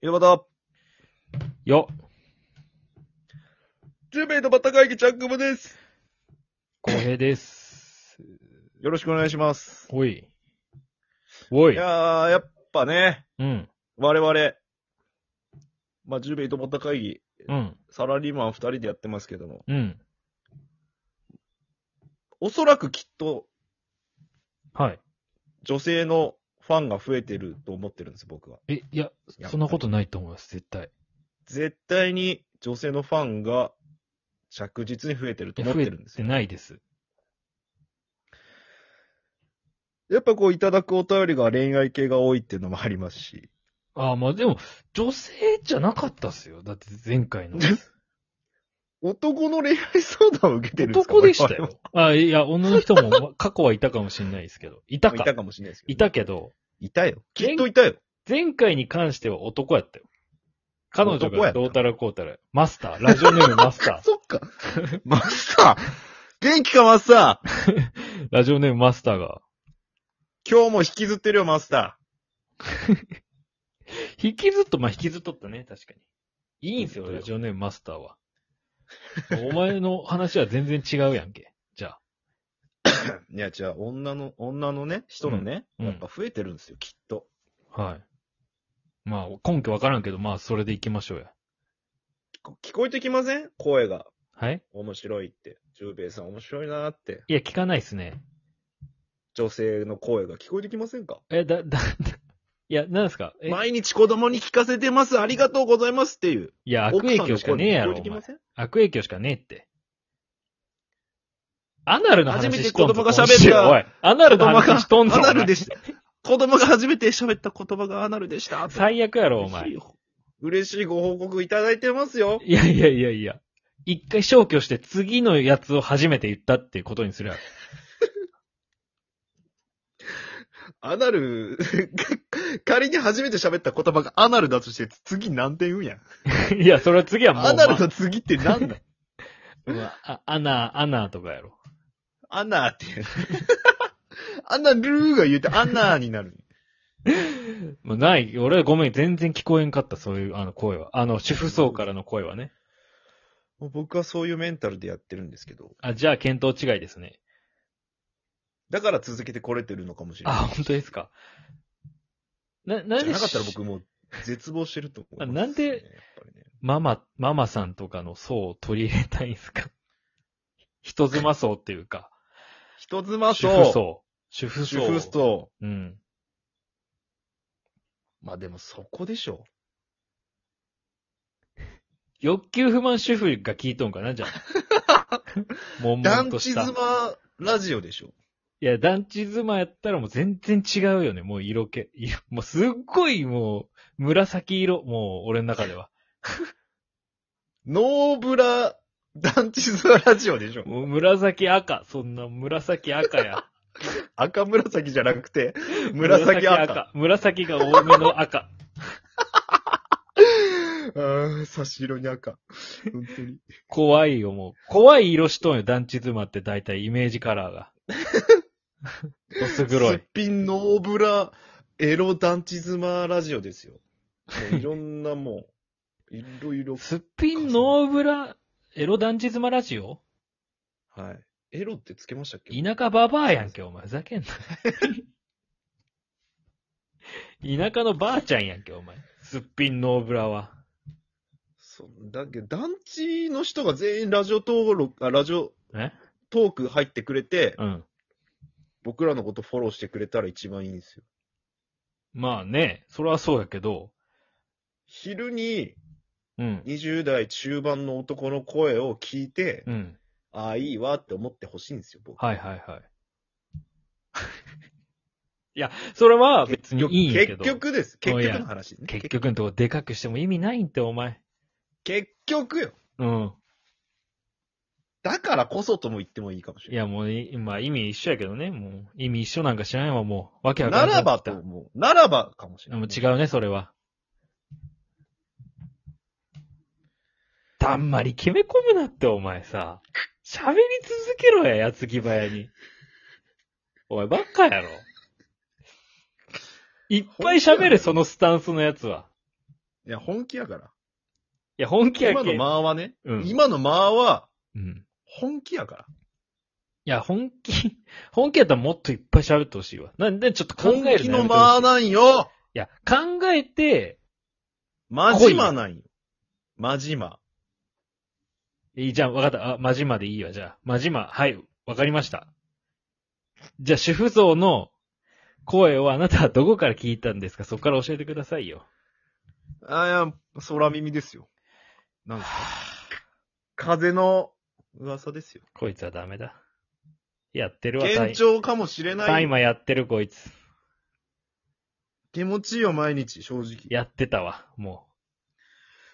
井戸端、よ、 10名のバタ会議チャンクムです。公平です。よろしくお願いします。おい。おいい。やー、やっぱね、うん。我々、まあ、10名のバタ会議、うん。サラリーマン2人でやってますけども、うん。おそらくきっとはい。女性のファンが増えてると思ってるんです、僕は。え、いや、りそんなことないと思います、絶対。絶対に女性のファンが着実に増えてるとい思やっ増てえるんですてよ。ないです。やっぱこう、いただくお便りが恋愛系が多いっていうのもありますし、ああ、まあでも、女性じゃなかったっすよ。だって前回の。男の恋愛相談を受けてるんですか男でした我々よ。ああ、いや、女の人も、ま 過去はいたかもしれないですけど。いたもか。いたかもしれないですけどね、いたけど、いたよ。きっといたよ。前回に関しては男やったよ。彼女男やがったどうたらこうたら。マスター。ラジオネームマスタそっか。 マスター元気かマスターー。ラジオネームマスターが。今日も引きずってるよ、マスタ引きずっと、まあ、引きずっとったね、確かに。いいんすよ、引きずっとよラジオネームマスターは。お前の話は全然違うやんけ。じゃあ。ー。いや、じゃあ、女の、女のね、人のね、うんやっぱ増えてるんですよ、きっと。はい。まあ、根拠わからんけど、まあ、それで行きましょうや。聞こ聞こえてきません声が。はい面白いって。十兵衛さん面白いなーって。いや、聞かないっすね。女性の声が聞こえてきませんかえ、だ、だ、だいや、なんですかえ、毎日子供に聞かせてます。ありがとうございますっていう。いや、悪影響しかねえやろ、奥さんの声も聞こえてお前きま。せん悪影響しかねえって。アナルの初め話てしとんぞ。子供が喋った今週おい、アナルの話しとんぞ。アナルでおした。子供が初めて喋った言葉がアナルでした前。最悪やろ、お前嬉しい。よ。嬉しいご報告いただいてますよ。いやいやいやいや。一回消去して次のやつを初めて言ったっていうことに するやろ。アナル、 仮に初めて喋った言葉がアナルだとして、次何点言うんやん。いや、それは次はもう、アナルの次って何だまうわあアナ、アナとかやろ。 アナーっていう。アナルーが言うてアナーになる。もうない。俺はごめん。全然聞こえんかった、そういう、あの、声は。あの、主婦層からの声はね。もう僕はそういうメンタルでやってるんですけど。あ、じゃあ、見当違いですね。だから続けてこれてるのかもしれない。あ、本当ですか。な、なんじゃで、なかったら僕もう絶望してると思います、あなんでやっぱりねママ、ママさんとかの層を取り入れたいんすか人妻層っていうか、人妻主婦と、層。主婦主層。婦層。うん。まあでもそこでしょ。欲求不満主婦が聞いとんかなじ ゃあ。もんもん団と地した。妻いラジオでしょ。や、団地妻やったらもう全然違うよね。もう色気。色もうすっごいもう、紫色。もう俺の中では。ノーブラ団地妻ラジオでしょ。もう紫赤。そんな紫赤や。赤紫じゃなくて、 紫赤。紫赤。紫が多めの赤。ああ、差し色に赤。本当に。怖いよ、もう。怖い色しとんよ、団地妻って大体イメージカラ ーが。どす黒すっい。ぴんノーブラエロ団地妻ラジオです よ。もういろんなもう、いろいろ。すっぴんノーブラ、エロ団地妻ラジオはい。エロってつけましたっけ田舎ババアやんけ、お前。ふざけん な。田舎のばあちゃんやんけ、お前。すっぴんノーブラは。そうだけど、団地の人が全員ラジオ登録、あ、ラジオえトーク入ってくれて、うん。僕らのことフォローしてくれたら一番いいんですよ。まあね、それはそうやけど、昼にうん。 20代中盤の男の声を聞いて、うん。ああ、いいわって思ってほしいんですよ、僕。はいはいはい。 いや、それは別にいいんやけど。結局です。結局の話ね。結局のとこでかくしても意味ないんって、お前。結局よ。うん。だからこそとも言ってもいいかもしいれや、もうい、まあ意味一緒やけどね。もう、意味一緒なんか知らんわ、もう。わけなわい。なかんらい。ばと思う。ならばかもしれない。もう違うね、それは。たんまり決め込むなって、お前さ。喋り続けろや、やつぎ早に。お前ばっかやろ。いっぱい喋れ、そのスタンスのやつは。いや、本気やから。いや、本気やけ今の間はね、うん今の間は、うん。本気やから。いや、本気、本気やったらもっといっぱい喋ってほしいわ。なんで、ちょっと考える本気やめてほしのい間なんよいや、考えて、真島なんよ。真島いいじゃん、わかった。あ、まじまでいいわ、じゃあ。まじま、はい、わかりました。じゃあ、主婦像の声をあなたはどこから聞いたんですかそこから教えてくださいよ。あいや、空耳ですよ。なんか、風の噂ですよ。こいつはダメだ。やってるわ、幻聴かもしれな大い。麻やってるこいつ。気持ちいいよ、毎日、正直。やってたわ、も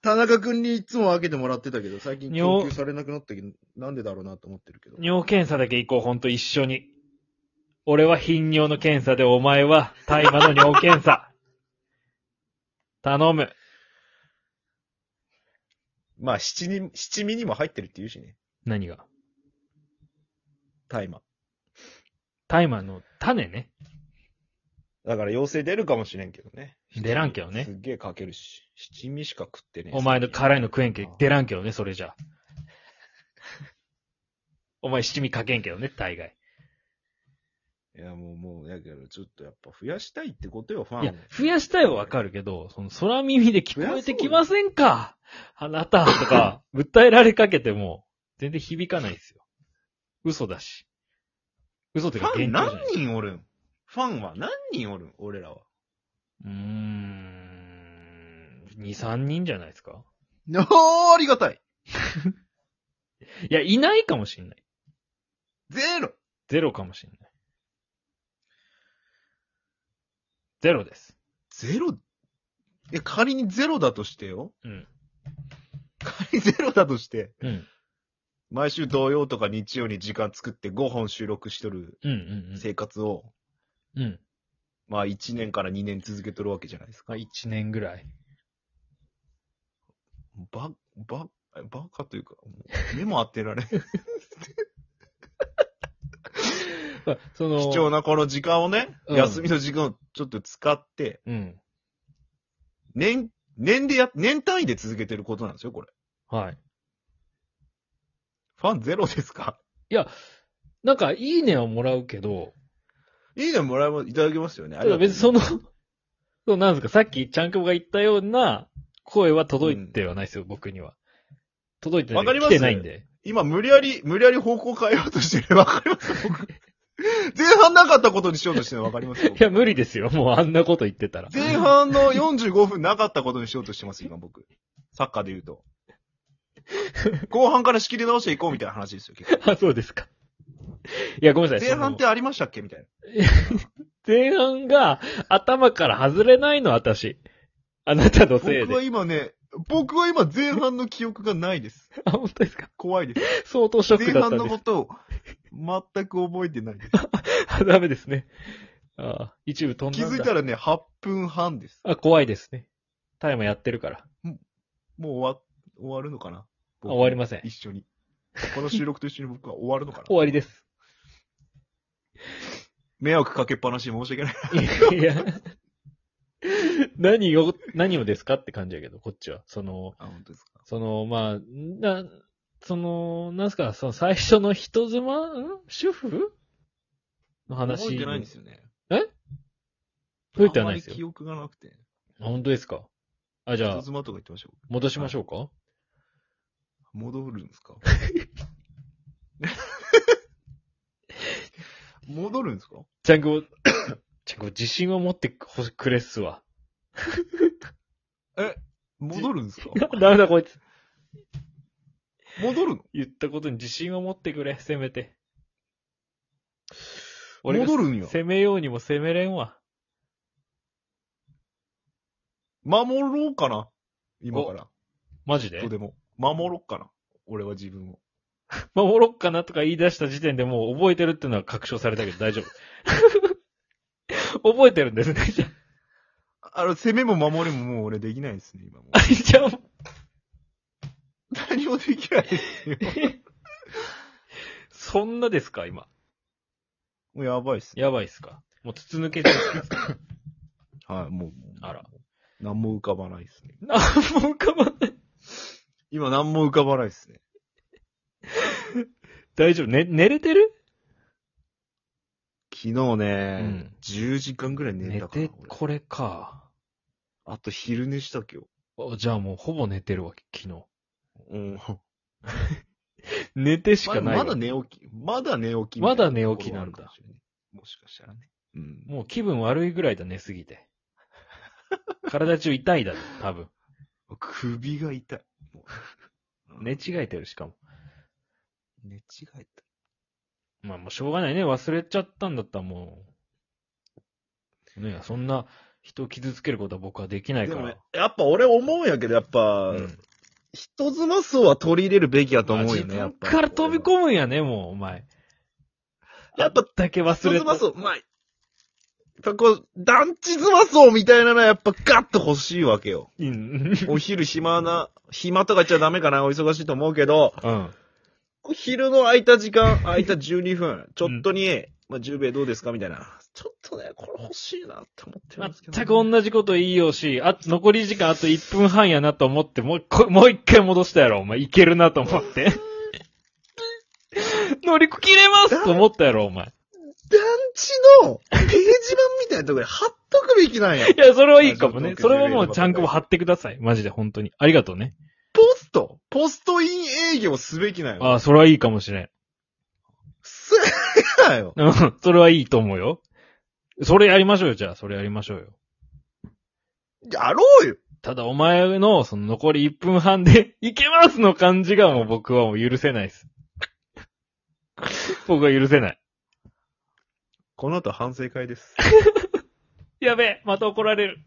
田中くんにいつも開けてもらってたけど、最近尿供給されなくなったけど、なんでだろうなと思ってるけどう。。尿検査だけ行こう、ほんと一緒に。俺は頻尿の検査で、お前は大麻の尿検査。頼む。まあ、七に、七味にも入ってるって言うしね。何が大麻。大麻の種ね。だから陽性出るかもしれんけどね。出らんけどねすっげえかけるし。七味しか食ってねえ。お前の最近辛いの食えんけ、出らんけどね、それ じゃ。お前七味かけんけどね、大概。いや、もう、もう、やけど、ちょっとやっぱ増やしたいってことよ、ファンを。いや、増やしたいはわかるけど、その空耳で聞こえてきませんかあなたと か、訴えられかけても、全然響かないですよ。嘘だし。嘘っていうか、ファ現ン状じゃ何ない。人おるんファンは何人おるん俺 らは。うーん、2、3人じゃないですかおー、ありがたいいや、いないかもしんない。ゼロゼロかもしんない。ゼロです。ゼロえ、仮にゼロだとしてようん。仮にゼロだとして、うん。毎週土曜とか日曜に時間作って5本収録しとるうん、生活を、うん、うん。うん。まあ1年から2年続けとるわけじゃないですか。まあ、1年ぐらい。ば、ば、バカというか、もう目も当てら れん。貴まあその、重なこの時間をね、うん休みの時間をちょっと使って、うん。年、年でや、年単位で続けてることなんですよ、これ。はい。ファンゼロです かなんか、いいねはもらうけど、いいねもらえま、いただけますよね。ただ別にその、の、 そうなんですか、さっきちゃんくぼが言ったような声は届いてはないですよ、僕には。届いてなわい。かります来てないんで。今無理やり、無理やり方向変えようとしてる。わかります僕 前半なかったことにしようとしてるのわかりますよい。や、無理ですよ、もうあんなこと言ってたら。前半の45分なかったことにしようとしてます、今僕。サッカーで言うと。後半から仕切り直していこうみたいな話ですよ、結構あ、 そうですか。いや、ごめんなさい。前半ってありましたっけみたいな。その前半が頭から外れないの、私。あなたのせい僕はで。今ね、僕は今前半の記憶がないです。あ、本当ですか怖いです。相当ショッ前クだっ半たんのでことを全く覚えてないです。す。 ダメですね。あ一部飛ん気だんだ。づいたらね、8分半です。あ、怖いですね。タイマーやってるから。もう終わ、終わるのかなあ終わりません一緒に。この収録と一緒に僕は終わるのか 終なわ りです。迷惑かけっぱなしで申し訳ない。いや、何を、何をですかって感じやけど、こっちは。その、あ、本当ですか。その、まあ、な、その、なんすか、その最初の人妻ん主婦の話。覚えてないんですよね。え覚えてはないですあんまり記よ。憶がなくて。本当ですかあ、じゃ人あ、妻とか言ってましたよ戻しましょうか、戻るん ですか戻るんですかちゃんこ、ちゃんこ自信を持ってほしくれっすわ。戻るんですかダメだこいつ。戻るの言ったことに自信を持ってくれ、せめて。俺が戻るんよ。攻めようにも攻めれんわ。守ろうかな今から。マジでとでも。守ろうかな俺は自分を。守ろっかなとか言い出した時点でもう覚えてるっていうのは確証されたけど 大丈夫。覚えてるんですね。じゃあの、攻めも守りももう俺できないですね、今もう あ、。じゃあ、何もできないですよ。そんなですか、今。もうやばいっすね。 やばいっすか。もう筒抜けてるんですか。はい、もう。あら。何も浮かばないですね。なんも浮かばない。今何も浮かばないですね。大丈夫。ね、寝れてる昨日ね、うん10時間ぐらい寝寝たからて、これか。あと昼寝した今あじゃあもうほぼ寝てるわけ、昨日。日。 うん。寝てしかないまわ。だ寝起き、まだ寝起きみたまいなだ寝起きなんとこだろはあるかもしれない。もしかしたらね。うん。もう気分悪いぐらいだ、寝すぎ て。体中痛いだろ、多分。首が痛い。もう 寝違えてる、しかも。寝違えた。まあもうしょうがないね。忘れちゃったんだったらもう。ねえそんな人を傷つけることは僕はできないでかもら。、やっぱ俺思うんやけど、やっぱ、うん人妻層は取り入れるべきやと思うよね、まあや自っ分ぱ。から飛び込むんやね、もう、お前。やっぱ、だけ忘人れ妻た。層、まあ、やっぱこう、団地妻層みたいなのはやっぱガッと欲しいわけよ。うん。お昼暇な、暇とか言っちゃダメかな、お忙しいと思うけど、 うん。お昼の空いた時間、空いた12分、 ちょっとに、まあ、10米どうですかみたいな。ちょっとね、これ欲しいなって思ってるんですけど、全く同じこと言いようし、あ、残り時間あと1分半やなと思って、もうこ、もう一回戻したやろ、お前。いけるなと思って。乗り切れますと思ったやろ、お前。い団地のページ板みたいなところに貼っとくべきなんや。や、それはいいかもねラ。ジオそトークれはもうちゃんこも貼ってください。マジで、本当に。ありがとうね。ポストポストイン営業すべきなんよ。ああ、それはいいかもしれん。すげえよ。うん、 それはいいと思うよ。それやりましょうよ、じゃあ。それやりましょうよ。やろうよただお前のその残り1分半で いけますの感じがもう僕はもう許せないです。僕は許せない。この後反省会です。やべえ、また怒られる。